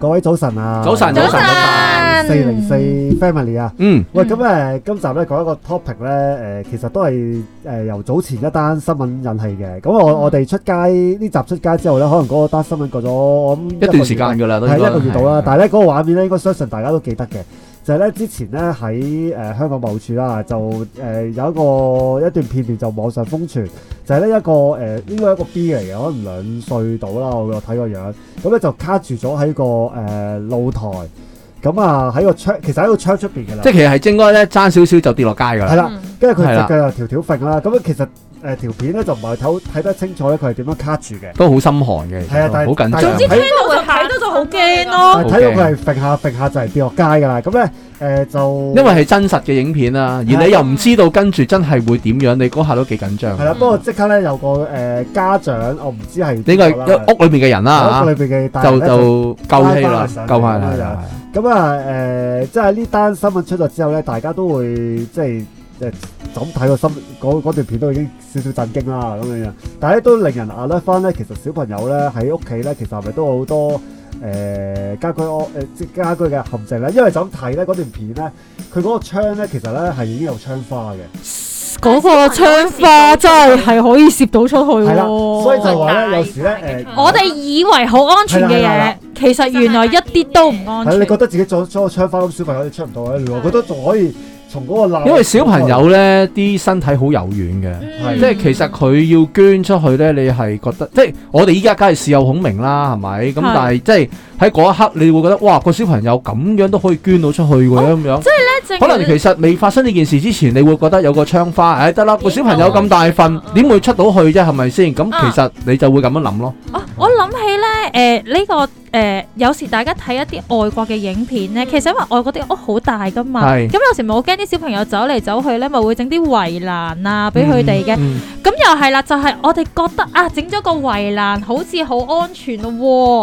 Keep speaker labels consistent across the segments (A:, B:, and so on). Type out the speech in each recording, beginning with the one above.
A: 各位早晨啊！
B: 早晨早晨
A: 四零四 family 啊！
B: 嗯，
A: 喂，咁誒，今集咧講一個 topic 咧，誒，其實都係誒由早前一單新聞引起嘅。咁我我哋出街呢集出街之後咧，可能嗰單新聞過咗我諗
B: 一段時間㗎啦，都
A: 係
B: 應該
A: 一個月到啦。
B: 係
A: 但係咧嗰個畫面咧，應該相信大家都記得嘅，就係咧之前咧喺誒香港某處啦，就誒、呃有一個一段片段就網上瘋傳，就係呢一個誒、呃、應該係一個 B 嚟嘅，可能兩歲到啦，我有睇個樣，咁咧就卡住咗喺個誒、呃露台，咁啊喺個窗，其實喺個窗出邊㗎啦
B: 即，係其實係應該咧爭少少就跌落街㗎
A: 係
B: 啦。
A: 啦。
C: Ừ.
A: 跟住佢
B: 係嗯
A: 隻
B: 啦
A: 腳又條條揈啦，咁樣其實誒、呃、條片咧就唔係睇睇得清楚咧，佢係點樣卡住嘅。
B: 都好心寒嘅，其實
A: 係啊但係
B: 好緊
A: 但
B: 張。
A: 係
D: 總之聽到就睇到就好驚
B: 哦
A: 但
D: 咯。
A: 係睇到佢係揈下揈下就係跌落街㗎啦，咁咧誒就
B: 因為係真實嘅影片啦，而
A: 係啊
B: 你又唔知道跟住真係會點樣，你嗰下都幾緊張
A: 係。啦，不過即刻咧有個誒家長，我唔知係
B: 呢個
A: 邊個啦
B: 係屋裏面嘅人啦
A: 屋裏邊嘅
B: 嚇
A: 大
B: 就
A: 人咧
B: 就救氣
A: 拉
B: 啦
A: 返佢，上嚟
B: 救翻
A: 咁樣
B: 啦。
A: 咁啊誒，即係呢單新聞出咗之後咧，大家都會即係誒就咁睇個新嗰嗰段片都已經少少震驚啦咁樣樣，但係咧都令人 alert 翻咧，其實小朋友咧喺屋企咧，其實係咪都有好多誒、家居安誒、即係家居嘅陷阱咧？因為就咁睇咧嗰段片咧，佢嗰個窗咧其實咧係已經有窗花嘅。
C: 嗰個窗花真係係可以攝到出去
A: 係啦，
C: 喎，
A: 所以就話咧，有時呃咧誒，
C: 啊我哋以為好安全嘅
A: 係啦係啦
C: 嘢，其實原來一啲都唔安
A: 係你覺
C: 全。
A: 得自己撞咗個窗花咁小朋友你出唔到咧，我覺得仲可以從嗰個鬧，
B: 因為小朋友咧啲身體好柔軟嘅。
A: 係
C: 嗯
B: 即係其實佢要捐出去呢，你係覺得即係我哋依家梗係事有孔明啦，係咪？咁
C: 係
B: 但係即係喺嗰一刻，你會覺得哇個小朋友咁樣都可以捐到出去嘅咁樣。
C: 哦
B: 可能其實未發生呢件事之前，你會覺得有個窗花，唉得啦，個小朋友咁大份，點會出到去啫？係咪先？咁
C: 嗯啊
B: 其實你就會咁樣諗咯。
C: 哦我諗起咧，誒呢個誒有時大家睇一啲外國嘅影片咧，其實因為外國啲屋好大噶嘛，
B: 係
C: 咁有時咪好驚啲小朋友走嚟走去咧，咪會整啲圍欄啊俾
B: Ừ.
C: 佢哋嘅。
B: 嗯
C: 咁又係啦，就係、我哋覺得啊，整咗個圍欄好似好安全咯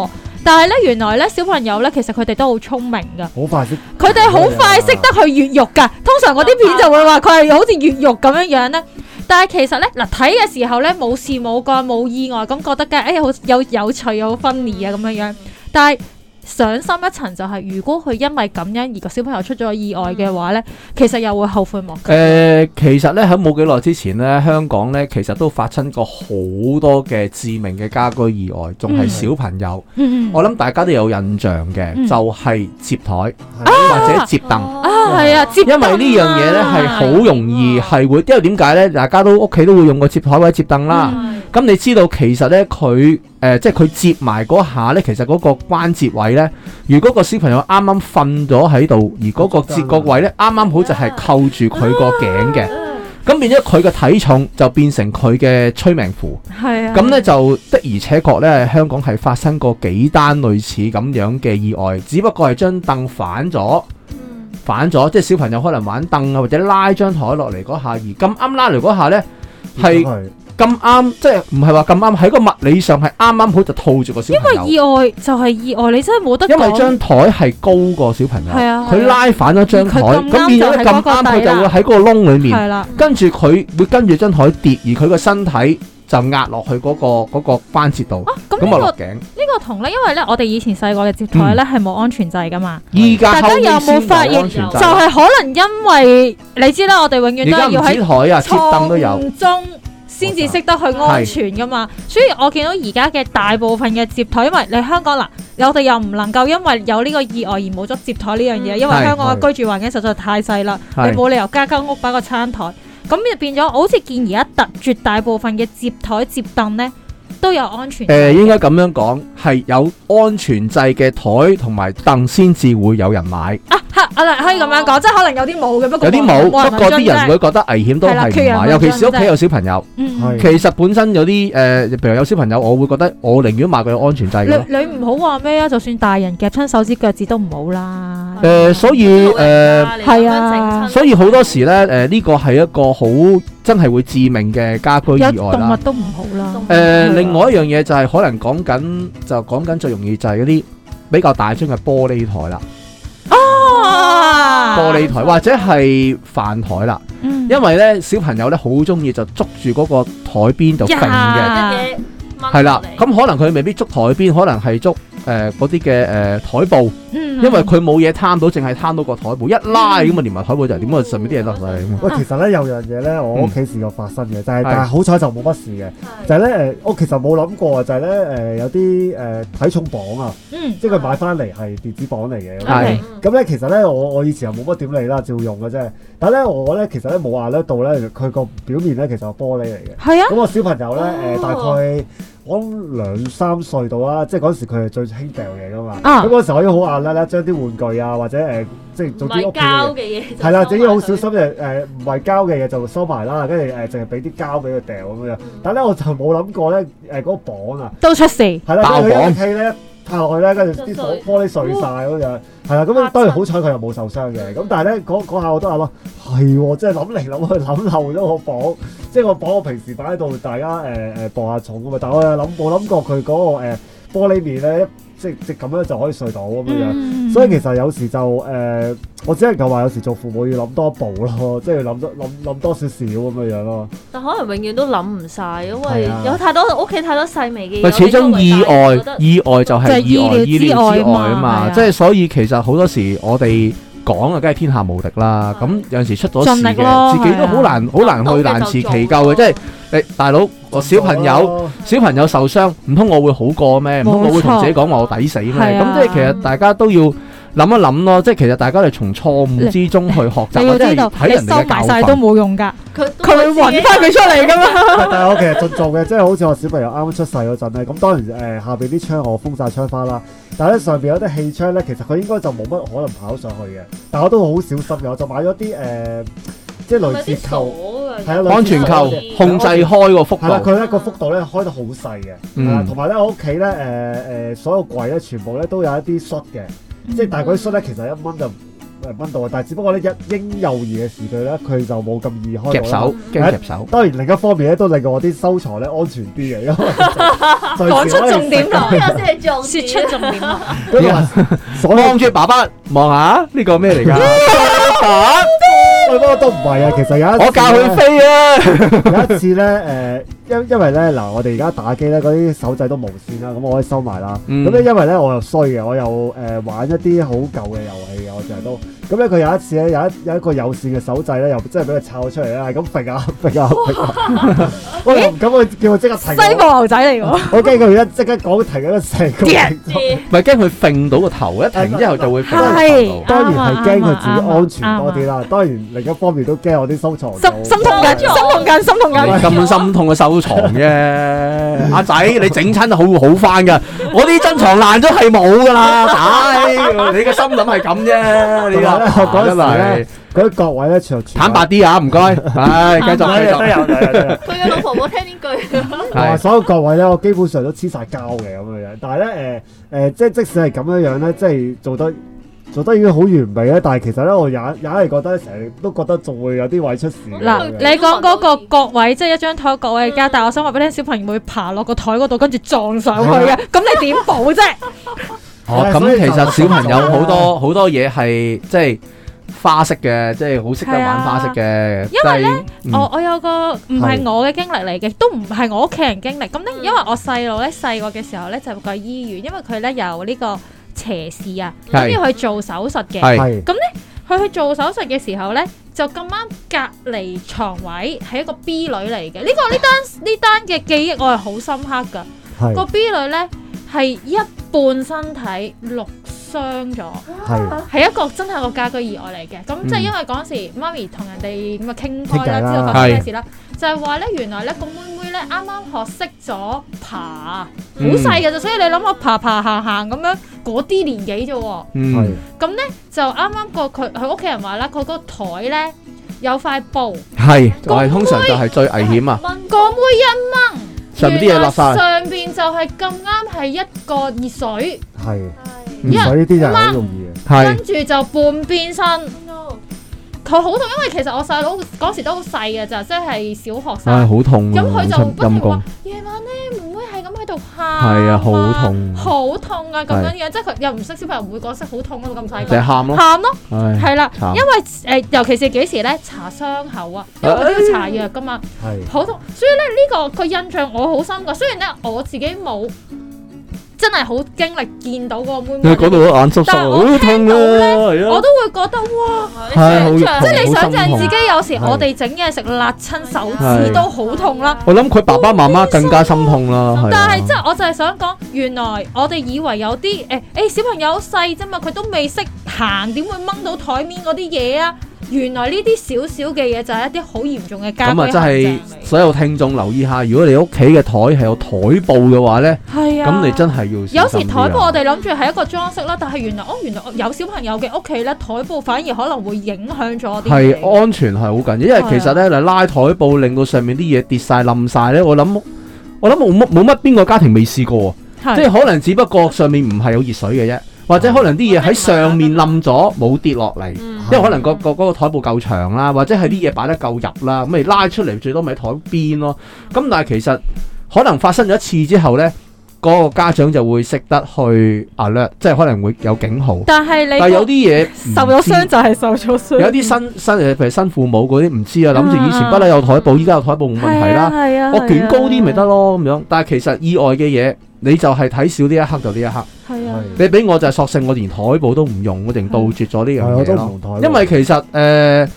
C: 喎、但係咧，原來咧小朋友咧，其實佢哋都好聰明噶，
A: 好快先，
C: 佢哋好快識得去越獄噶。通常我啲片就會話佢係好似越獄咁樣樣咧。但係其實咧，嗱睇嘅時候咧冇事冇幹冇意外，咁覺得嘅，哎呀好有有趣好 funny 啊咁樣樣。但係上深一層就係、如果佢因為咁樣而個小朋友出咗意外嘅話咧，其實又會後悔莫及。
B: 誒、呃其實咧喺冇幾耐之前咧，香港咧其實都發生過好多嘅致命嘅家居意外，仲係
C: 嗯
B: 小朋友。
C: 嗯
B: 我諗大家都有印象嘅，
C: 嗯
B: 就係接台
A: 係
B: 或者接凳，
C: 啊，係啊，接
B: 因為呢樣嘢呢係好容易係會，因為點解呢？大家都屋企都會用個接台或者接凳啦。
C: 嗯
B: 咁你知道其實呢，佢誒、呃即係佢接埋嗰下呢，其實嗰個關節位呢，如果個小朋友啱啱瞓咗喺度，而嗰個接個位呢，啱啱好就係扣住佢個頸嘅，咁變咗佢嘅體重就變成佢嘅催命符。
C: 係啊，
B: 咁咧就的而且確咧，香港係發生過幾單類似咁樣嘅意外，只不過係將凳反咗，
D: 嗯
B: 反咗，即係小朋友可能玩凳啊，或者拉張台落嚟嗰下，而咁啱拉嚟嗰下呢，係啊
A: 係
B: 咁啱，即係唔係話咁啱喺個物理上係啱啱好就套住個小朋
C: 因
B: 友，
C: 為意外就係意外，你真係冇得
B: 因為
C: 講
B: 張台係高過小朋友，
C: 係啊係啊
B: 佢拉反咗張台，
C: 而佢咁啱
B: 咁變咗
C: 就喺
B: 咧
C: 嗰
B: 咁
C: 個
B: 啱佢
C: 底啦
B: 就會喺個窿裡面。
C: 係啦，
B: 跟住佢會跟住張台跌，而佢個身體就壓落去嗰、個嗰、個關節度
C: 啊，咁
B: 咁
C: 呢
B: 啊
C: 個
B: 落嗯頸。
C: 呢個同咧，因為咧我哋以前細個嘅接台咧係冇安全掣噶嘛，
B: 依家
C: 大家
B: 後面
C: 有冇
B: 先
C: 發現
B: 安全
C: 就
B: 帶
C: 係可能因為你知啦，我哋永遠
B: 而
C: 都
B: 家
C: 係
B: 唔
C: 要喺
B: 止台啊，接凳都有。
C: 錯誤中先至識得去安全噶嘛，所以我見到而家嘅大部分嘅接台，因為你香港嗱，我哋又唔能夠因為有呢個意外而冇咗接台呢樣嘢，因為
B: 係
C: 香港嘅居住環境實在太細啦。
B: 係
C: 你冇理由家間屋擺個餐台，咁就變咗，我好似見而家特絕大部分嘅接台接凳咧都有安全
B: 誒、應該咁樣講，係有安全制嘅台同埋凳先至會有人買，
C: 啊，嚇我哋可以咁樣講，即係可能有啲冇嘅，不過
B: 有啲冇，
C: 冇
B: 不過啲人會
C: 會
B: 覺得危險都
C: 係啦缺
B: 係唔
C: 人問
B: 買，尤其是屋
C: 津
B: 企
C: 啫
B: 有小朋友。
C: 嗯，
A: 係
B: 其實本身有啲誒、呃譬如有小朋友，我會覺得我寧願買佢有安全制嘅咯。
C: 你你唔好話咩啊，就算大人夾親手指腳趾都唔好啦
B: 誒、。呃
C: 嗯
B: 所以誒。
C: 係啊
B: 呃所以好多時咧，誒、呢個係一個好真係會致命嘅家居
C: 有
B: 意外
C: 動物
B: 啦。
C: 都唔好啦。
B: 誒、
C: 嗯
B: 另外一樣嘢就係可能講緊就講緊最容易就係嗰啲比較大張嘅玻璃台啦，
C: 啊
B: 玻璃台或者係飯台啦，
C: 嗯
B: 因為咧小朋友咧好中意就捉住嗰個台邊就揈嘅，
C: 呀
B: 係啦，咁可能佢未必捉台邊，可能係捉誒嗰啲嘅誒台布，因
C: 嗯，
B: 為佢冇嘢攤到，淨係攤到個台布一拉咁啊，連埋台布就係點啊，上面啲嘢得晒咁啊。
A: 喂，其實咧有樣嘢咧，
B: 嗯
A: 我屋企試過發生嘅，就係但係好彩就冇乜事嘅，就係咧誒，我其實冇諗過啊，就係咧誒有啲誒體重磅啊，
C: 嗯，
A: 即係佢買翻嚟係電子磅嚟嘅。咁樣
B: 係
A: 咁咧，其實咧，我我以前又冇乜點理啦，照用嘅啫。但係咧，我咧其實咧冇話咧到咧，佢個表面咧其實係玻璃嚟嘅。
C: 係啊，
A: 咁我小朋友咧，誒、呃
D: 哦
A: 大概我諗兩三歲到啦，即係嗰陣時佢係最興掉嘢噶嘛。
C: 啊
A: 咁嗰、時候我已經好壓力啦，將啲玩具啊或者誒、即係總之屋企嘅嘢，係啦，自己好小心嘅誒，唔係膠嘅嘢就收埋啦，跟住誒淨係俾啲膠俾佢掉咁樣。但係咧我就冇諗過咧誒嗰個磅啊，
C: 都出事，
A: 係啦，
B: 爆
A: 因為佢
B: 磅
A: 一氣咧。拍落去咧，跟住啲
D: 就
A: 玻
D: 碎
A: 玻璃碎晒咁樣，係啦。咁
D: 嚇
A: 當然
D: 親
A: 好彩佢又冇受傷嘅。咁但係咧，嗰嗰下我都話咯，係喎，即係諗嚟諗去諗漏咗個磅，即係個磅我平時擺喺度，大家誒誒磅下重噶嘛。但係我又諗冇諗過佢嗰、個、呃、玻璃面咧，即係即係咁樣就可以碎到咁樣。
C: 嗯
A: 所以其實有時就誒、呃我只能夠話有時做父母要諗多一步咯，即係要諗多諗諗多少少咁樣樣咯。係啊。
B: 喂，始終意外意外就係意外，
C: 就係
B: 意
C: 意料之
B: 料之外
C: 外
B: 啊嘛，
C: 嘛
B: 即係所以其實好多時我哋。講啊，梗係天下無敵啦！
D: 係
B: 咁有陣時出咗事
C: 盡力
B: 嘅，
C: 咯
B: 自己都好
C: 係啊
B: 難好難去難辭其咎嘅，即係誒大佬個小朋友。小朋友受傷，唔通我會好過咩？唔通我會同自己講話我抵死咩？
C: 係
B: 咁
C: 啊
B: 即係其實大家都要諗一諗咯，即係其實大家係從錯誤之中去學習，
C: 你
B: 或者
C: 要知
B: 係
C: 道，
B: 睇
C: 你
B: 人哋
C: 收
B: 嘅
C: 埋
B: 教
C: 晒都
B: 訓。
C: 冇用㗎，佢會揾翻佢出嚟㗎嘛。
A: 但但係我其實盡做嘅，即係好似我小朋友啱啱出世嗰陣咧，咁當然誒、呃下邊啲窗我封晒窗花啦，但係咧上邊有啲氣窗咧，其實佢應該就冇乜可能跑上去嘅，但我都好小心嘅，我就買咗啲誒即係類似扣，係啊，類似
B: 安全
A: 扣
B: 扣
A: 嘅
B: 控制開個幅
A: 係啦，
B: 度，
A: 佢咧個幅度咧開得好細嘅，
B: 嗯
A: 係啦同埋咧我屋企咧誒誒所有櫃咧全部咧都有一啲恤嘅，
C: 嗯
A: 即係但係嗰啲恤咧其實一蚊就誒蚊到嘅，啊但係只不過咧一嬰幼兒嘅時期咧佢就冇咁易開
B: 夾
A: 到啦
B: 手驚夾手。
A: 當然另一方面咧，都令我啲收藏咧安全啲嘅，因為
C: 講
A: 講
C: 出重點啦，
D: Nói
C: 説
D: ra
C: 出
D: trọng
C: 重
D: điểm
C: 點啦。
A: 咁 啊所以
B: 望住爸爸望下呢個咩嚟㗎？ 爸爸
A: 喂不過都唔係啊，其實有一次呢
B: 我教佢飛 啊！
A: 有一次咧誒，因因為咧嗱，我哋而家打機咧嗰啲手掣都無線啦，咁我可以收埋啦。
B: 嗯
A: 咁咧、因為咧我又衰嘅，我又誒、玩一啲好舊嘅遊戲嘅，我成日都咁咧。佢有一次咧有一有一個有線嘅手掣咧，又真係俾佢抄出嚟啦，係咁揈啊 揈啊揈啊， 我又唔敢佢叫佢即刻停
C: 西部
A: 我，
C: 牛仔嚟喎，
A: 我驚佢一即刻講停咗成個
C: 跌
A: 停咗。
B: 咪驚佢揈到個頭，一停之後就會揈到個頭
C: 係
B: 度。
A: 當然係驚佢自己安全多啲啦，當然另一方面都驚我啲收藏有
C: 啊心心痛緊，心痛緊，心痛緊。
B: 你根本心痛嘅收藏 啫，阿仔你整親好會好翻噶，我啲珍藏爛咗係冇 噶啦，仔，你嘅心諗係咁啫，你
A: 同埋咧，我嗰
B: 個真
A: 陣時
B: 係
A: 咧，嗰啲各位咧，全
B: 啊坦白啲啊，唔該，唉，繼
A: 都
B: 續繼
A: 有都
B: 續，
A: 有都有，同埋
B: 係
A: 所有各位咧，我基本上都黐晒膠嘅咁樣樣，但係咧誒誒，即係即使係咁樣樣咧，即係做得。做得已經好完美咧，但係其實咧，我也也係覺得成日都覺得仲會有啲位出事嘅。
C: 嗱，
A: 咁
C: 你
A: 樣
C: 講嗰個角位，即係一張台角位加，但係我想話俾你聽，小朋友會爬落個台嗰度，跟住撞上去嘅，咁你點補啫？
B: 哦，咁其實小朋友好多好多嘢係即係花式嘅，即係好識得玩花式嘅，
C: 因為咧
B: 即係嗯
C: 我我有個唔係
A: 係
C: 我嘅經歷嚟嘅，都唔係我屋企人經歷。咁咧，
D: 嗯
C: 因為我細路咧細個嘅時候咧就個醫院，因為佢咧有呢個斜視啊，咁
B: 係
C: 要去做手術嘅。
B: 係
A: 係
C: 佢去做手術嘅時候咧，就咁啱隔離床位係一個 B 女嚟嘅。呢、個呢單呢單嘅記憶我係好深刻㗎。個
A: 係
C: B 女咧係一半身體淥傷咗，
B: 啊
A: 係
C: 係一個真係個家居意外嚟嘅。咁即係
B: 嗯
C: 因為嗰陣時媽咪同人哋咁啊傾
A: 傾偈
C: 開啦，
A: 啦
C: 知道發生咩事啦，就係話咧原來咧個妹妹咧啱啱學識咗爬，好
B: 嗯
C: 細嘅啫，所以你諗下爬爬行行咁樣嗰啲年紀啫喎。
A: 係
B: 嗯
C: 就啱啱個佢佢屋企人話啦，佢個台咧有塊布，
B: 係，我係通常就係最危險啊，
C: 個妹一
B: 上面啲嘢落晒
C: 原來，上邊就係咁啱係一個熱水，
A: 係，
B: 嗯
A: 所以呢啲就係好容易嘅。
B: 係
C: 跟住就半邊身。佢好痛，因為其實我細佬嗰時都好細嘅咋，即係小學
B: 唉
C: 生。
B: 好痛啊，
C: 咁佢就不
B: 陰
C: 停
B: 公
C: 話。夜晚咧，妹妹係咁喺度喊，
B: 係啊好痛
C: 好痛啊咁樣樣，即係佢又唔識小朋友唔會講識好痛啊嘛，咁細
B: 就係
C: 個
B: 喊咯，
C: 喊咯，
B: 唉。
C: 係啦，
B: 慘
C: 因為誒、呃尤其是幾時咧搽傷口啊，因為佢都要搽藥噶嘛，
A: 係
C: 好痛，所以咧呢、個個印象我好深噶。雖然咧我自己冇真係好經歷見到嗰個妹
B: 你
C: 妹。
B: 講到我眼濕濕
C: 但係
B: 啊，
C: 我
B: 好痛啊，係
C: 我
B: 啊，
C: 都會覺得哇！
B: 係好
D: 想像
B: 好
C: 即係你想象
B: 心痛
C: 自己有時
A: 係
C: 我哋整嘢食辣親手指
B: 係
C: 都好痛啦。
B: 我諗佢爸爸媽媽更加心痛啦，係啊。
C: 但係即係我就係想講，原來我哋以為有啲誒誒小朋友細啫嘛，佢都未識行，點會掹到台面嗰啲嘢啊？原來呢啲少少嘅嘢就係一啲好嚴重嘅家居
B: 咁啊，真係
C: 係
B: 所有聽眾留意下，如果你屋企嘅台係有台布嘅話呢，
C: 係啊，
B: 咁你真係要
C: 有
B: 小
C: 時
B: 心啲
C: 台
B: 啊
C: 布我哋諗住係一個裝飾啦，但係原來哦原來有小朋友嘅屋企咧，台布反而可能會影響咗啲嘢
B: 係安全係好緊要，因為其實呢，嗱拉台布令到上面啲嘢跌晒冧晒呢，我諗我諗冇乜冇乜邊個家庭未試過啊，
C: 係
B: 即係可能只不過上面唔係有熱水嘅啫，或者可能啲嘢喺上面冧咗冇跌落嚟。
D: 嗯
B: 因為可能個個嗰個台布夠長啦，或者係啲嘢擺得夠入啦，咁你拉出嚟最多咪喺台邊咯。咁但係其實可能發生咗一次之後呢，嗰、個家長就會識得去 alert，即係可能會有警號。
C: 但係你
B: 但係有啲嘢唔
C: 受咗
B: 知
C: 傷就係受咗傷，
B: 有啲新新譬如新父母嗰啲唔知啊，諗住以前不嬲有台布，依家有台布冇問題啦。
C: 係啊，
B: 我捲高啲咪得咯咁樣。但係其實意外嘅嘢，你就係睇少呢一刻就呢一刻。
C: 係啊，
B: 你俾我就係索性我連台布都唔用，我定杜絕咗呢
A: 係
B: 樣
A: 我
B: 嘢
A: 都
B: 咯。
A: 唔同台喎，
B: 因為其實誒係、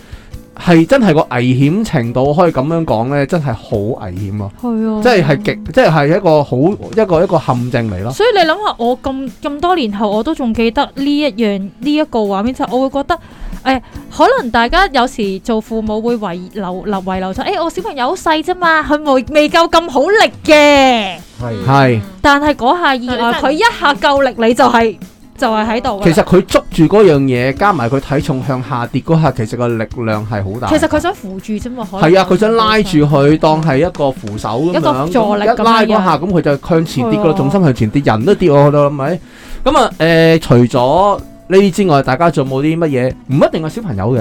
B: 真係個危險程度，可以咁樣講呢，真係好危險咯，
C: 係啊，
B: 即係係極，即係係一個好一個一個陷阱嚟咯。
C: 所以你諗下，我咁咁多年後，我都仲記得呢一樣呢一個畫面，就係我會覺得誒、可能大家有時做父母會遺留留遺留咗，誒、我小朋友好細啫嘛，佢未未夠咁好力嘅，
A: 係
B: 係
C: 但係嗰下意外，佢一下夠力你就係、就係喺度㗎啦
B: 其實佢捉住嗰樣嘢，加埋佢體重向下跌嗰下，其實個力量係好大。
C: 其實佢想扶住啫嘛，可能
B: 係啊，佢想拉住佢當係一個扶手咁
C: 一個
B: 樣，
C: 助力咁樣
B: 一拉嗰下咁佢就向前跌
C: 係
B: 個
C: 啊
B: 重心向前跌，人都跌落去啦，係咪？咁啊誒，除咗呢啲之外，大家仲有冇啲乜嘢？唔一定係小朋友嘅，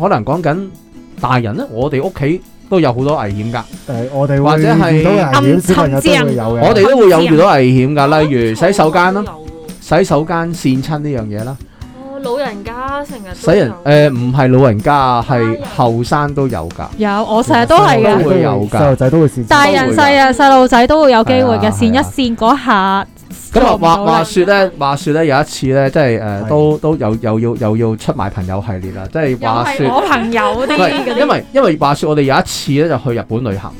B: 可能講緊大人咧。我哋屋企都有好多危險㗎，
A: 誒呃我哋
B: 或者係
A: 會遇到危險，小朋友都會有嘅。
B: 我哋都會有遇到危險㗎，例
D: 嗯
B: 如洗手間啦，
D: 有喎
B: 洗手間跣親呢樣嘢啦，
D: 哦老人家成日都
B: 洗人
D: 有
B: 誒唔係老人家啊，係後生都有㗎。
C: 有我成日都係
B: 嘅
C: 嘅
B: 都。會有㗎
A: 細路仔都會試。
C: 大人細啊，細路仔都會有機會
B: 係啊
C: 嘅，跣
B: 係
C: 一
B: 啊
C: 跣嗰下。
B: 咁啊，
C: 做唔
B: 話
C: 到啦
B: 話説咧，話説咧，有一次咧，即係誒，
A: 係
B: 都都又又要又要出賣朋友系列啦，即係話
D: 又係
B: 説，
D: 我朋友啲嗰
B: 喂因
D: 啲，
B: 為因為話説，我哋有一次咧就去日本旅行，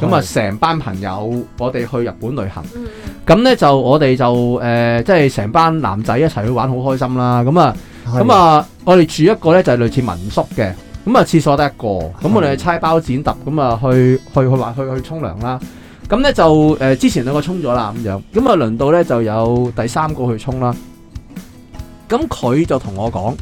D: 係
B: 咁啊，成班朋友我哋去日本旅行，
D: 嗯
B: 咁咧就我哋就誒，即係成班男仔一齊去玩，好開心啦，咁啊，
A: 係
B: 咁，啊，我哋住一個咧就係類似民宿嘅，咁啊，廁所得一個，咁我哋去猜包剪揼，咁啊去去去玩去去沖涼啦。咁咧就誒、呃之前兩個沖咗啦咁樣，咁啊輪到咧就有第三個去沖啦。咁佢就同我講，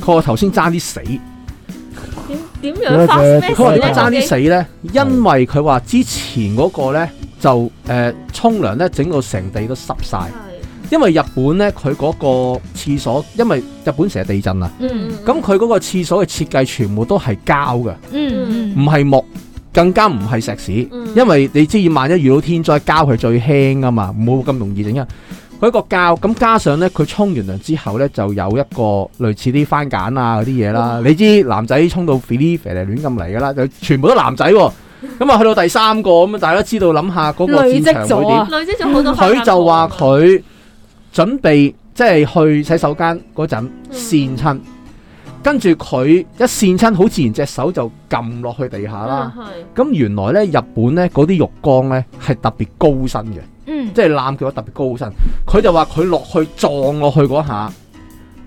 B: 佢話頭先爭啲死，佢
D: 點點樣發咩事
B: 話點
D: 咧？
B: 解爭啲死咧？因為佢話之前嗰個咧就誒沖涼咧整到成地都濕晒，
D: 係
B: 因為日本咧佢嗰個廁所，因為日本成日地震啊，
C: 嗯
B: 咁佢嗰個廁所嘅設計全部都係膠嘅，
C: 嗯
B: 唔
C: 嗯，
B: 係木，更加唔係石屎。
D: 嗯
B: 因為你知萬一遇到天災，膠係最輕噶嘛，冇咁容易整啊。佢一個膠咁加上咧，佢沖完涼之後咧，就有一個類似啲番梘啊嗰啲嘢啦。你知男仔沖到肥啲肥嚟亂咁嚟噶啦，就全部都男仔喎。咁啊，去到第三個咁，大家知道諗下嗰個
C: 累
B: 戰場
C: 積
B: 會
C: 咗
B: 點
C: 啊？
D: 累積咗好多
B: 佢就話佢準備即係去洗手間嗰陣跣親，跟住佢一跣親，好自然隻手就撳落去地下啦。
D: 係
B: 咁原來咧，日本咧嗰啲浴缸咧係特別高身嘅，
C: 嗯
B: 即係攬佢特別高身。佢就話佢落去撞落去嗰下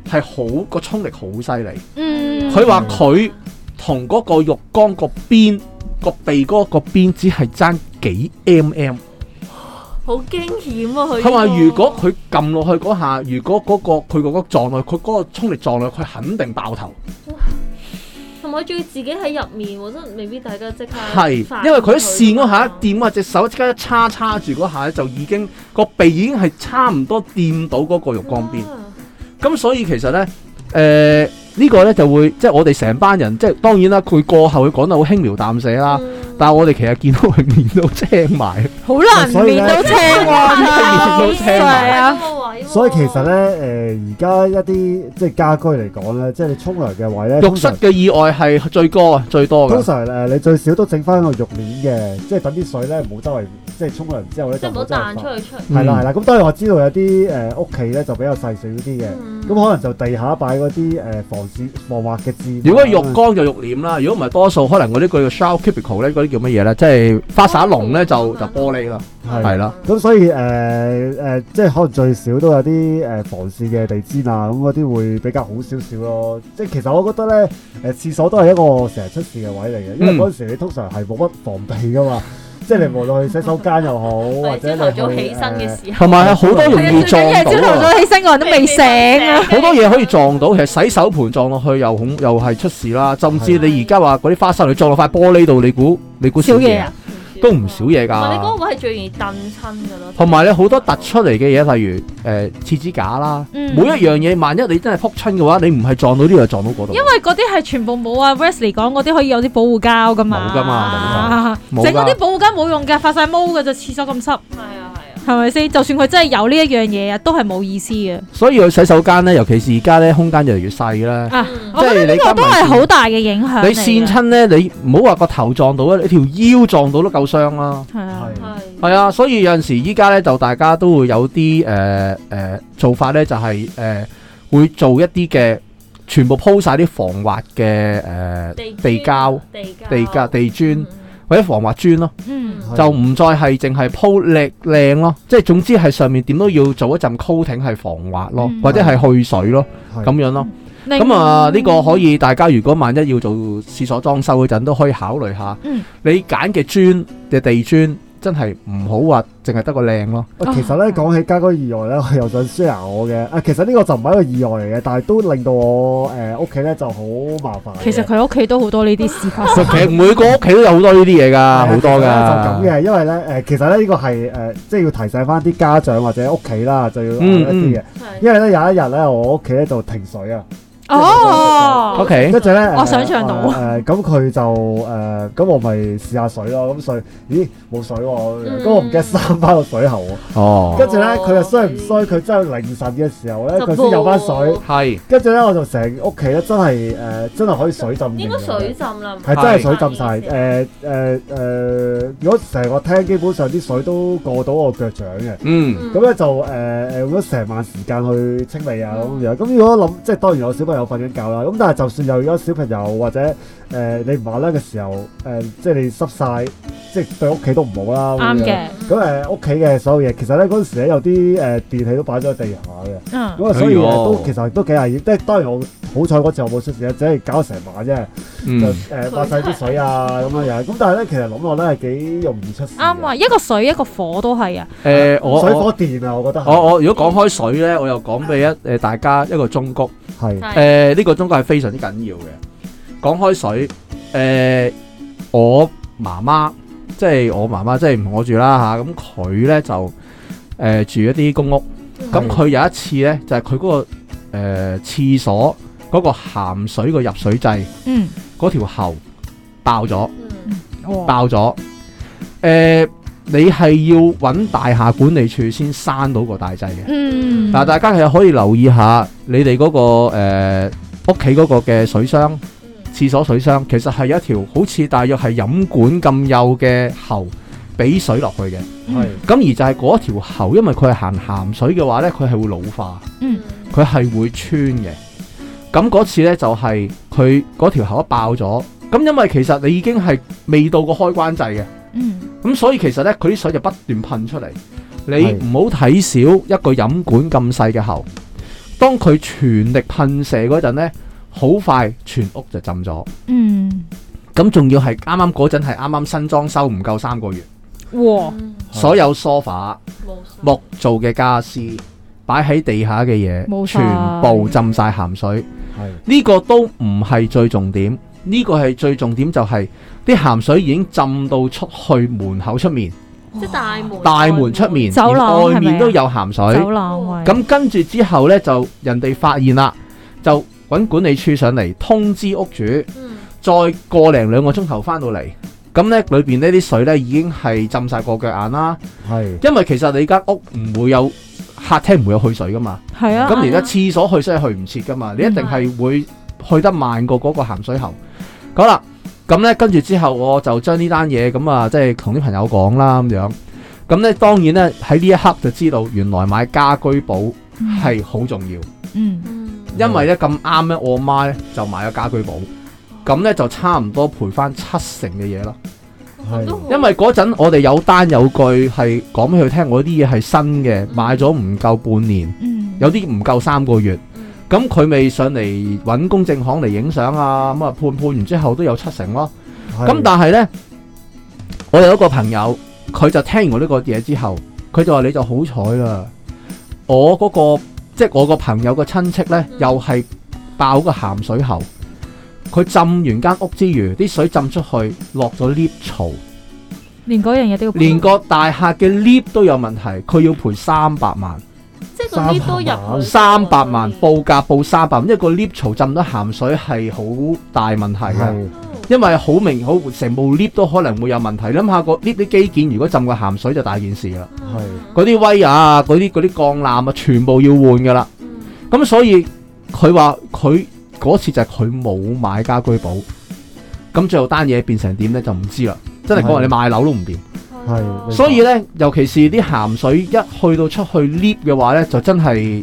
B: 係好個衝力好犀利。
C: 嗯，
B: 佢話佢同嗰個浴缸個邊個鼻哥個邊只係爭幾 mm。
D: 好驚險啊！佢
B: 佢話如果佢撳落去嗰下，如果嗰、個佢嗰個撞落去，佢嗰個衝力撞落去，佢肯定爆頭。
D: 同埋仲要自己喺入面喎，真係未必大家即刻
B: 係，
A: 啊
D: 發
B: 因為佢一跣嗰下
D: 現佢
B: 一掂啊，隻手即刻一叉叉住嗰下咧，就已經個鼻已經係差唔多掂到嗰個浴缸邊。
D: 啊
B: 咁所以其實咧，誒、呢個咧就會即係我哋成班人，即係當然啦，佢過後佢講得好輕描淡寫啦。
D: 嗯
B: 但係我哋其實見到佢面都青埋，
C: 好難
A: 所以
C: 面
A: 咧
C: 都青
A: 所以
C: 喎，
B: 面都青埋
C: 係啊，
D: 嗰個位喎
A: 所以其實咧，誒而家一啲即係家居嚟講咧，即係你沖涼嘅位咧，
B: 浴
A: 通
B: 室
A: 常
B: 嘅意外係最高啊，最多
A: 通
B: 嘅。
A: 常呃誒你最少都整翻個浴簾嘅，即係等啲水咧唔好周圍，即係沖涼之後咧
D: 即
A: 就
D: 係唔好
A: 周圍
D: 彈
A: 發
D: 出去出。
B: 嗯
A: 係啦係啦，咁當然我知道有啲誒呃屋企咧就比較細小啲嘅，
D: 嗯
A: 咁可能就地下擺嗰啲誒防止防滑嘅啊字。
B: 如果浴缸就浴簾啦，如果唔係多數可能嗰啲叫 shower cubicle 咧，嗰啲叫乜嘢咧？即係花灑籠
C: 啊
B: 咧就就玻璃啦，
A: 係
B: 係啦。
A: 咁所以誒誒、呃呃即係可能最少都有啲誒、呃防線嘅地氈啊，咁嗰啲會比較好少少咯。即係其實我覺得咧，誒、廁所都係一個成日出事嘅位嚟嘅，因為
B: 嗯
A: 嗰陣時你通常係冇乜防備噶嘛，即係你無論去洗手間 又好，或
D: 或
A: 者
D: 者
A: 你
D: 朝
A: 去
D: 頭早起身
A: 呃
D: 嘅時候，
B: 同埋係好多容易
C: 最緊
B: 撞
C: 要係朝
B: 到
C: 頭
B: 啊
C: 早起身個人都未醒啊！
B: 好多嘢可以撞到，其實洗手盤撞落去又恐又係出事啦，甚至你而家話嗰啲花生你撞落塊玻璃度，你估你估少
C: 少嘢
B: 嘢
C: 啊
B: 啊？都唔少嘢㗎
D: 同埋你嗰個位係最容易蹬親㗎咯。
B: 同埋你好多突出嚟嘅嘢，例如誒、呃、廁紙架啦，
C: 嗯
B: 每一樣嘢，萬一你真係撲親嘅話，你唔係撞到呢度，就撞到嗰度。
C: 因為嗰啲係全部冇啊 Wesley 講嗰啲可以有啲保護膠噶嘛，
B: 冇㗎嘛冇㗎冇㗎
C: 整嗰啲保護膠冇用㗎，發晒毛㗎啫，廁所咁濕，
D: 係啊係啊，
C: 係咪先？就算佢真係有呢一樣嘢啊，都係冇意思嘅。
B: 所以去洗手間咧，尤其是而家咧，空間越嚟越細啦。
C: 啊
D: 嗯
C: 我覺得呢個都係好大嘅影響嚟㗎。
B: 你跣親咧，你唔好話個頭撞到啊，你條腰撞到都夠傷啦。
C: 係啊，
A: 係
D: 係。
B: 係啊，所以有陣時依家咧就大家都會有啲誒誒做法咧，就係、呃誒、會做一啲嘅全部鋪晒啲防滑嘅誒、呃
D: 地
B: 地膠、
D: 地膠、
B: 地價、地磚
D: 嗯
B: 或者防滑磚咯。
C: 嗯，
A: 係
B: 就唔再係淨係鋪靚靚咯，即係總之係上面點都要做一陣 coating 係防滑咯，
C: 嗯
B: 或者係去水咯，
A: 係
B: 咁樣咯。
C: 另
B: 咁啊，呢個可以大家如果萬一要做廁所裝修嗰陣，都可以考慮下。
C: 嗯
B: 你揀嘅磚嘅地磚真係唔好話淨係得個 靚咯。
A: 喂啊其實咧講起家居意外咧，我又想 share 我嘅啊，其實呢個就唔係一個意外嚟嘅，但係都令到我誒屋企咧就好麻煩嘅。
C: 其實佢屋企都好多呢啲 事發
B: 其
C: 生。
B: 實每個屋企都有好多呢啲嘢
A: 係
B: 啊㗎，好
A: 其實
B: 多
A: 呢就咁
B: 㗎。
A: 嘅，因為咧誒、其實咧呢個係誒、即係要提醒翻啲家長或者屋企啦，就要諗
B: 嗯
A: 一啲嘅。
D: 係
A: 因為咧有一日咧，我屋企咧就停水啊，
C: 哦
B: O，K，
A: 跟住咧，誒
B: 哦
C: 我想象到
A: 誒誒咁佢就誒，咁我咪試下水咯。咁水，咦冇水喎，
D: 嗯
A: 咁我唔記得閂翻個水喉喎。
B: 哦，
A: 跟住咧，佢又衰唔衰？佢真係凌晨嘅時候咧，
D: 就
A: 佢先有翻水
D: 冇。
B: 係
A: 跟住咧，我就成屋企咧真係誒，真係可以水浸完嘅。
D: 應該水浸啦，
A: 係真係水浸晒，
D: 係
A: 誒誒誒，如果成個廳基本上啲水都過到我腳掌嘅，
B: 嗯
D: 嗯
A: 咁咧就誒誒用咗成晚時間去清理啊咁樣。咁如果諗即係當然有小朋友瞓緊覺啦，咁但係就算有咗小朋友或者誒、你唔玩啦嘅時候，誒、即係你濕晒，即係對屋企都唔好啦。咁
C: 啱
A: 樣
C: 嘅，
A: 咁誒屋企嘅所有嘢，其實咧嗰陣時咧有啲誒、電器都擺咗喺地下嘅，
C: 嗯，
A: 咁啊所以
B: 哎
A: 誒
B: 呦
A: 都其實都幾危險。即係當然我好彩嗰次我冇出事啊，只係搞咗成晚啫。就
B: 嗯，
A: 誒發晒啲水啊咁樣樣，咁但係咧其實諗落咧係幾容易出事嘅。
C: 啱啊，一個水一個火都係啊，
B: 誒我
A: 水
B: 我
A: 火電啊，我覺得係
B: 我我如果講開水咧，我又講俾一誒大家一個忠告。
A: 係
B: 誒呢、個中國係非常之緊要嘅。講開水，誒、我媽媽即係我媽媽，即係唔同我住啦嚇。咁佢咧就誒、住一啲公屋，咁佢有一次咧就係佢嗰個誒、廁所嗰、個鹹水個入水掣
C: 嗯，
B: 嗰條喉爆咗，
D: 嗯
C: 哇
B: 爆咗。誒、你係要揾大廈管理處先閂到個大掣嘅。
C: 嗯，
B: 嗱，大家係可以留意下你哋嗰、個呃屋企嗰個嘅水箱、
D: 嗯
B: 廁所水箱，其實係有一條好似大約係飲管咁幼嘅喉俾水落去嘅。
C: 嗯
A: 係
B: 咁而就係嗰條喉，因為佢係行鹹水嘅話呢，佢係會老化，
C: 嗯
B: 佢係會穿嘅。咁嗰次呢，就係佢嗰條喉一爆咗，咁因為其實你已經係未到個開關掣嘅。
C: 嗯，
B: 咁所以其實咧，佢啲水就不斷噴出嚟。你
A: 係
B: 唔好睇少一個飲管咁細嘅喉，當佢全力噴射嗰陣咧，好快全屋就浸咗。
C: 嗯，
B: 咁仲要係啱啱嗰陣係啱啱新裝修，唔夠三個月，
C: 哇，
D: 嗯
A: 係
B: 所有 sofa
D: 冇晒
B: 木做嘅家私擺喺地下嘅嘢，
C: 冇
B: 全
C: 晒
B: 部浸晒鹹水。
A: 係
B: 呢個都唔係最重點，呢、個係最重點就係、啲鹹水已經浸到出去門口出面，
D: 即係大門
B: 大門出面，
C: 走廊
B: 連外
C: 係咪
B: 面
C: 啊
B: 都有鹹水
C: 走。廊位，
B: 咁跟住之後呢，就人哋發現啦，就揾管理處上嚟通知屋主，
D: 嗯
B: 再過零兩個鐘頭翻到嚟，咁呢裏邊呢啲水呢已經係浸晒過腳眼啦。
A: 係
B: 因為其實你間屋唔會有客廳唔會有去水噶嘛。
C: 係啊，
B: 咁而家
D: 啱啊嗯
B: 廁所去水係去唔切噶嘛，你一定係會去得慢過嗰個鹹水喉。好啦，咁呢，跟住之後，我就將呢單嘢咁啊，即係同啲朋友講啦咁樣。咁呢，當然呢，喺呢一刻就知道，原來買家居保係好重要。
C: 嗯
D: 嗯
B: 因為咧咁啱咧，我媽咧就買咗家居保，咁咧就差唔多賠翻七成嘅嘢啦。
D: 哦
A: 係
D: 都好
B: 因為嗰陣我哋有單有據係講俾佢聽，我啲嘢係新嘅，買咗唔夠半年，
C: 嗯，
B: 有啲唔夠三個月，
D: 嗯
B: 咁佢咪上嚟揾公證行嚟影相啊，咁啊判判完之後都有七成咯。咁但係呢，我有一個朋友，佢就聽完我呢個嘢之後，佢就話你就好彩啦。我嗰、個即係我個朋友個親戚呢，
D: 嗯
B: 又係爆個鹹水喉，佢浸完間屋之餘，啲水浸出去落咗 lift 槽，
C: 連嗰樣嘢都要
B: 連個大客嘅 lift 都有問題，佢要賠三百萬。
D: 即係個 lift 都入去
B: 三百
D: Ừ.
B: 萬報價報三百萬，因為個 lift 槽浸得鹹水係好大問題嘅。
A: 係
D: Ừ.
B: 因為好明好成部 lift 都可能會有問題，諗下個 lift 啲基建如果浸過鹹水就大件事啦。
D: Ừ.
B: 嗰啲威啊，嗰啲嗰啲鋼纜啊，全部要換噶啦。
D: Ừ.
B: 咁所以佢話佢嗰次就係佢冇買家居保，咁最後單嘢變成點呢？就唔知啦。真係講話
A: 係
B: 你賣樓都唔掂，
D: Ừ.
A: 係
B: 所以呢，尤其是啲鹹水一去到出去 lift 嘅話呢，就真係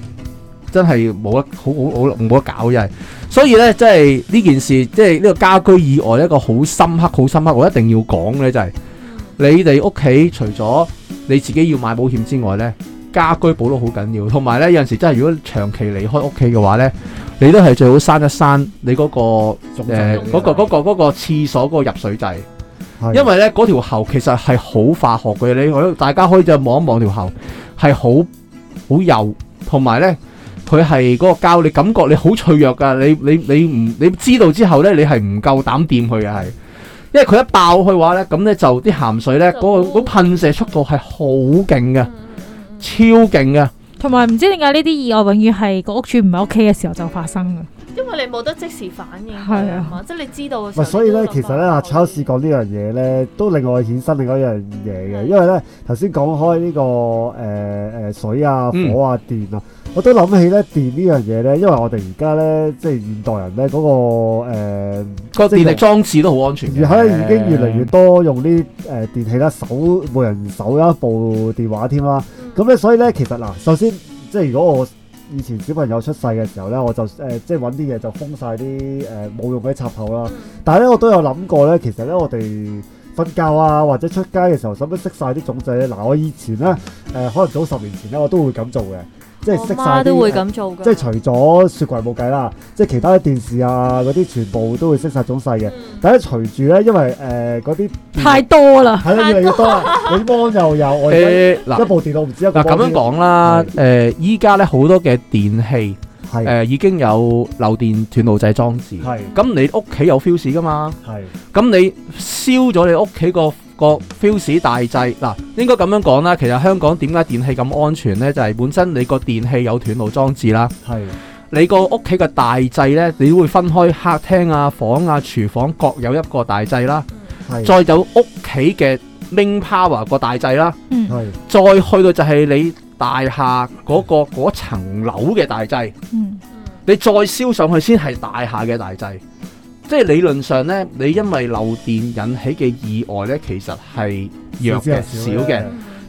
B: 真係冇得好好好冇得搞真係。所以呢，即係呢件事，即係呢個家居意外一個好深刻、好深刻，我一定要講呢，就係、
D: Ừ.
B: 你哋屋企除咗你自己要買保險之外呢，家居保都好緊要。同埋呢，有陣時真係如果長期離開屋企嘅話呢，你都係最好閂一閂你嗰、個誒嗰、個嗰、個嗰、個廁所嗰個入水掣，因為呢嗰條喉其實係好化學嘅，你可以大家可以就望一望條喉係好好幼，同埋呢。佢係嗰個膠，你感覺你好脆弱㗎，你你你唔你知道之後呢，你係唔夠膽掂佢嘅係，因為佢一爆佢話呢，咁呢就啲鹹水呢，
D: 就
B: 嗰、個嗰噴射速度係好勁
D: Ừ.
B: 嘅，超勁嘅，
C: 同埋唔知點解呢啲意外永遠係個屋主唔喺屋企嘅時候就發生嘅。
D: 因為你冇得即時反應，
C: 係啊
D: 嘛，即係你知道嘅時
A: 喂，
D: 候。
A: 所以
D: 你
A: 咧，
D: 都
A: 其
D: 諗
A: 實咧，阿
D: 辦
A: Charles 講呢樣嘢咧，都另外衍生另外一樣嘢嘅，因為咧頭先講開呢、個誒誒、呃水啊、
B: 嗯
A: 火啊、電啊，我都諗起咧電呢樣嘢咧，因為我哋而家咧即係現代人咧嗰、個、呃
B: 個
A: 即係
B: 電力裝置都好安全嘅。
A: 而家已經越嚟越多用呢啲誒電器啦，手每人手有一部電話添啦。
D: Ừ.
A: 咁咧，所以咧，其實嗱，首先即係如果我以前小朋友出世嘅時候咧，我就誒、呃即係揾啲嘢就封晒啲誒呃冇用嗰啲插頭
D: Ừ.
A: 啦。但係咧，我都有諗過咧，其實咧，我哋瞓覺啊，或者出街嘅時候，使唔使熄晒啲種仔咧？嗱，我以前咧誒、呃可能早十年前咧，我都會咁做嘅，即係
D: 我
A: 熄
D: 媽
A: 晒
D: 都會
A: 啲。呃
D: 咁做㗎。
A: 即係除咗雪櫃冇計啦，即係其他啲電視啊嗰啲全部都會熄晒種細嘅。
D: 嗯
A: 但係隨住咧，因為誒嗰啲
C: 太啊多啦，
A: 係啦，越嚟越多啦，你 mon 又有，我而家
B: 誒嗱
A: 一部電腦唔止一個
B: 嗱咁
A: mon
B: 樣
A: 添，
B: 講啦，誒依家咧好多嘅電器誒、嗯
A: 係
B: 呃已經有漏電斷路掣裝置，
A: 係
B: 咁你屋企有 fuse 噶嘛？
A: 係
B: 咁你燒咗你屋企個個 fuse 大掣，嗱應該咁樣講啦。其實香港點解電器咁安全呢？就係、本身你個電器有斷路裝置啦，
A: 係
B: 你個屋企嘅大掣呢，你會分開客廳啊、房啊、廚房各有一個大掣啦，
A: 係
B: 再有屋企嘅 main power 個大掣啦，
C: 嗯
A: 係
B: 再去到就係你大廈嗰、個嗰層樓嘅大掣。
C: 嗯
B: 你再燒上去先係大廈嘅大掣，即係理論上呢，你因為漏電引起嘅意外呢，其實係
A: 少
B: 弱嘅少
A: 之又少
B: 嘅
D: Ừ.
A: 嘅。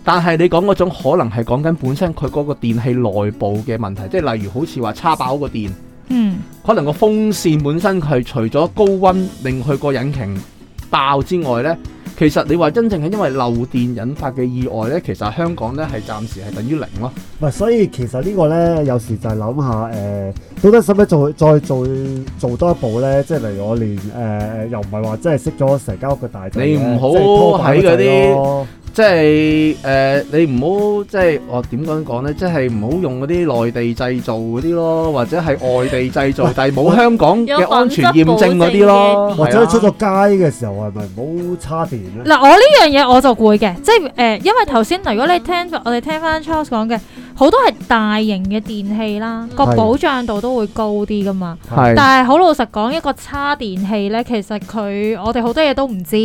B: 但係你講嗰種可能係講緊本身佢嗰個電器內部嘅問題，即係例如好似話叉爆個電，
C: 嗯
B: 可能個風扇本身佢除咗高温令佢個引擎爆之外呢，其實你話真正係因為漏電引發嘅意外呢，其實香港呢係暫時係等於零咯。
A: 唔係，所以其實呢個咧，有時就係諗下誒，到底使唔使做再做做多一步咧？即係例如我連誒、呃又唔係話真係熄咗成間屋嘅大掣咧，
B: 你唔好
A: 即係拖大個掣
B: 喺嗰啲
A: 咯
B: 即係誒、呃你唔好即係我點講講呢？即係唔好用嗰啲內地製造嗰啲咯，或者係外地製造，但係冇香港
D: 有
B: 嘅安全驗
D: 品質保
B: 證嗰啲咯，
D: 證嘅電
A: 或者你出
B: 係
A: 咗
B: 啊
A: 街嘅時候係咪唔好叉電咧？
C: 嗱，我呢樣嘢我就會嘅，即係誒、呃因為頭先如果你聽我哋聽翻 Charles 講嘅，好多係大型嘅電器啦，個
A: 係
C: 保障度都會高啲噶嘛。
B: 係
C: 但係好老實講，一個叉電器呢，其實佢我哋好多嘢都唔知，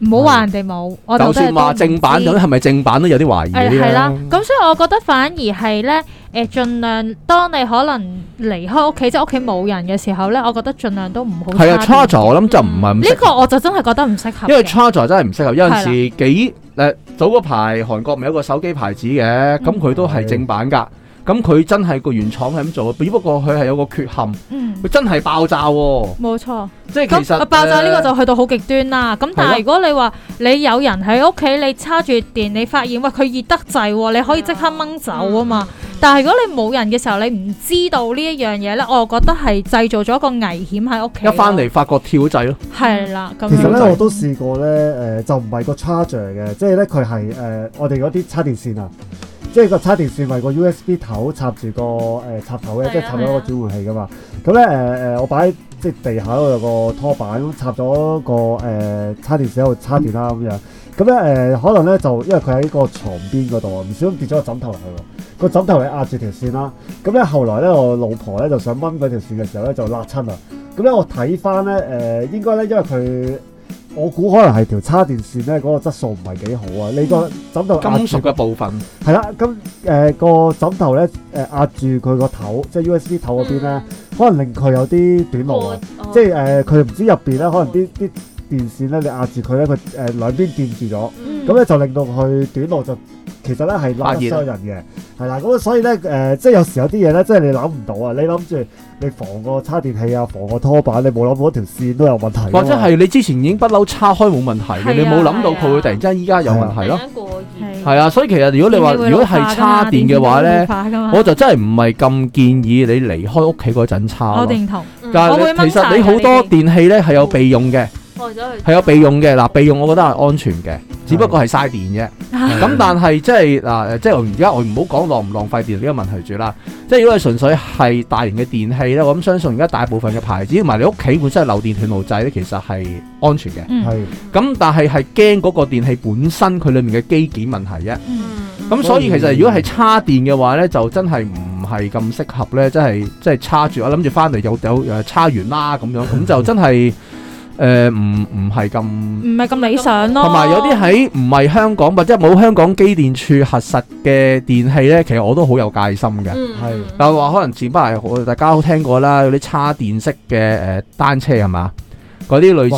C: 唔好話人哋冇，我
B: 就
C: 就真係
B: 算
C: 都
B: 話
C: 唔
B: 正版哎
C: 知
B: 咁，係咪正版都有啲懷疑
C: 誒
B: 啲
C: 係啦
B: 啦。，
C: 咁所以我覺得反而係咧，誒、盡量當你可能離開屋企，即係屋企冇人嘅時候咧，我覺得盡量都唔好。
B: 係啊，charger 我諗就唔係咁
C: 呢
B: 適
C: 個我就真係覺得唔適合嘅。
B: 因為 charger 真係唔適合，有陣時幾誒早嗰排韓國咪有個手機牌子嘅，
C: 嗯
B: 咁佢都係正版㗎，咁佢真係個原廠係咁做，只不過佢係有個缺陷，
C: 嗯
B: 佢真係爆炸喎，
C: 冇錯，
B: 即係其
C: 咁啊
B: 實呃
C: 爆炸呢個
B: 誒
C: 就去到好極端啦。咁
B: 係
C: 但
B: 咯
C: 係如果你話你有人喺屋企，你叉住電，你發現喂佢熱得滯喎，你可以即刻掹走啊嘛。但係如果你冇人嘅時候，你唔知道呢一樣嘢咧，我又覺得係製造咗一個危險喺屋企咯。
B: 一翻嚟發覺跳掣咯，
C: 係啦，咁
A: 其實
C: 樣
A: 咧，我都試過咧，誒、就唔係個 charger 嘅，即係咧佢係誒我哋嗰啲插電線啊，即係個插電線咪個 USB 頭插住個誒、插頭嘅，即係
D: 係啊
A: 插咗個
D: 係啊
A: 轉換器噶嘛。咁咧誒誒，我擺即係地下嗰度有個拖板，咁插咗個誒、插電線喺度插電啦咁樣。咁咧誒，可能咧就因為佢喺個床邊嗰度啊，唔小心跌咗個枕頭落去喎，個枕頭係壓住條線啦。咁咧後來咧，我老婆咧就想掹嗰條線嘅時候咧就辣親啦。咁咧我睇翻咧誒，應該咧因為佢。我估可能係條叉電線咧，嗰、個質素唔係幾好啊！你個枕頭壓
B: 金
A: 住
B: 屬嘅部分
A: 係啦，咁誒個枕頭咧誒壓住佢個頭，即係 USB
D: Ừ.
A: 頭嗰邊
D: 嗯
A: 咧，可能令佢有啲短路啊！
D: ờ.
A: 即係誒佢唔知入邊咧，可能啲啲電線咧你壓住佢咧，佢誒兩邊掂住咗。
D: Ừ.
A: 咁咧就令到佢短路就其實咧係攬得傷人嘅，係啦。咁所以咧誒、即係有時有啲嘢咧，即係你諗唔到啊！你諗住你防個叉電器啊，防個拖板，你冇諗到條線都有問題㗎嘛。
B: 或者係你之前已經不嬲叉開冇問題
C: 啊係啊
B: 嘅，你冇諗到佢會突然之間依家有問題咯。
C: 係啊
B: 係啊，所以其實如果你話如果係叉電嘅話咧，我就真係唔係咁建議你離開屋企嗰陣叉
C: 我
B: 咯。
C: 認 同，
D: Ừ.
B: 但
C: 我會
B: 係
C: 掹
B: 其實你
C: 晒㗎
B: 好
C: 呢
B: 多
C: 啲
B: 電器咧係有備用嘅。係有備用嘅，嗱備用我覺得係安全嘅，只不過係嘥電啫。
C: 嗯
B: 咁但係即係嗱，即係我而家我唔好講浪唔浪費電呢個問題住啦。即係如果係純粹係大型嘅電器咧，我咁相信而家大部分嘅牌子同埋你屋企本身係漏電斷路掣咧，其實係安全嘅。
C: 嗯
A: 係
B: 咁但係係驚嗰個電器本身佢裡面嘅機件問題啫。
C: 嗯
D: Ừ.
B: 咁所以其實如果係叉電嘅話咧，就真係唔係咁適合咧，真係即係叉住，我諗住翻嚟有有誒叉完啦咁樣，咁就真係誒唔唔係咁。
C: 唔係咁理想咯。
B: 同埋有啲喺唔係香港或者冇香港機電處核實嘅電器呢，其實我都好有戒心嘅。
C: 嗯
D: Ừ.
B: 但係話可能前排我大家都聽過啦，有啲叉電式嘅誒、呃、單車係嘛？嗰啲類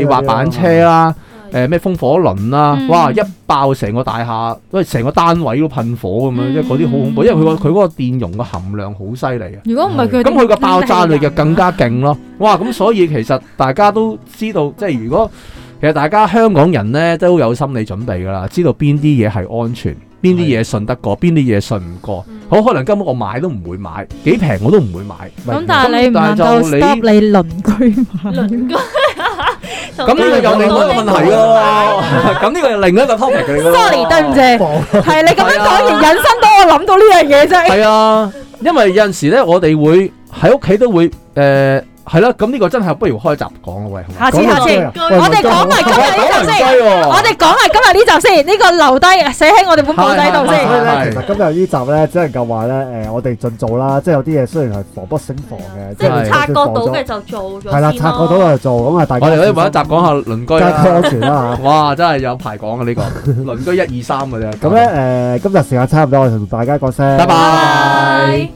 B: 似
A: 滑
B: 滑
A: 板
B: 板
A: 車嗰
B: 車啦，
D: Ừ.
B: 誒咩風火輪啦，
C: 嗯
B: 哇！一爆成個大廈，喂成個單位都噴火咁樣，
C: 嗯
B: 即係嗰啲好恐怖，因為佢個佢嗰個電容嘅含量好犀利啊嘅。
C: 如果唔係佢，
B: 咁佢個爆炸力就更加勁
C: 啊
B: 咯。哇！咁所以其實大家都知道，即係如果 其實大家香港人呢都有心理準備㗎啦，知道邊啲嘢係安全，邊啲嘢信得過，邊啲嘢信唔
D: Ừ.
B: 過。好可能根本我買都唔會買，幾平我都唔會買。
C: 咁，但係你唔能夠 stop 你鄰居嘛？哦
B: 咁呢個又另外一個問題咯。 咁呢個又另一個 topic 嚟㗎咯
C: Sorry，對唔住，
A: 防
C: 係你咁樣講完，引申到我諗到呢樣嘢啫。
B: 係啊，因為有陣時咧，我哋會喺屋企都會誒係啦。咁呢個真係不如開集講啦，喂。好嘛
C: 下次下次，我哋講埋今日呢集先，我哋講埋今日呢集先，呢個留低寫喺我哋本簿仔度
A: 所以
C: 先。
A: 咧，
B: 係
A: 其實今日呢集咧，只能夠話咧，誒、我哋盡做啦，即係有啲嘢雖然係防不勝防嘅，
D: 即係
B: 係
D: 察覺到嘅
A: 嘅，
D: 就做咗
A: 係啦，察覺到就做，咁啊，大家
B: 我哋可以揾一集講下鄰居
A: 小心家
B: 啦
A: 居。安全啦
B: 啊哇！真係有排講啊呢個，鄰居一二三嘅啫。
A: 嚇。咁咧誒，今日時間差唔多，我哋同大家講聲，
B: 拜拜。
D: 拜。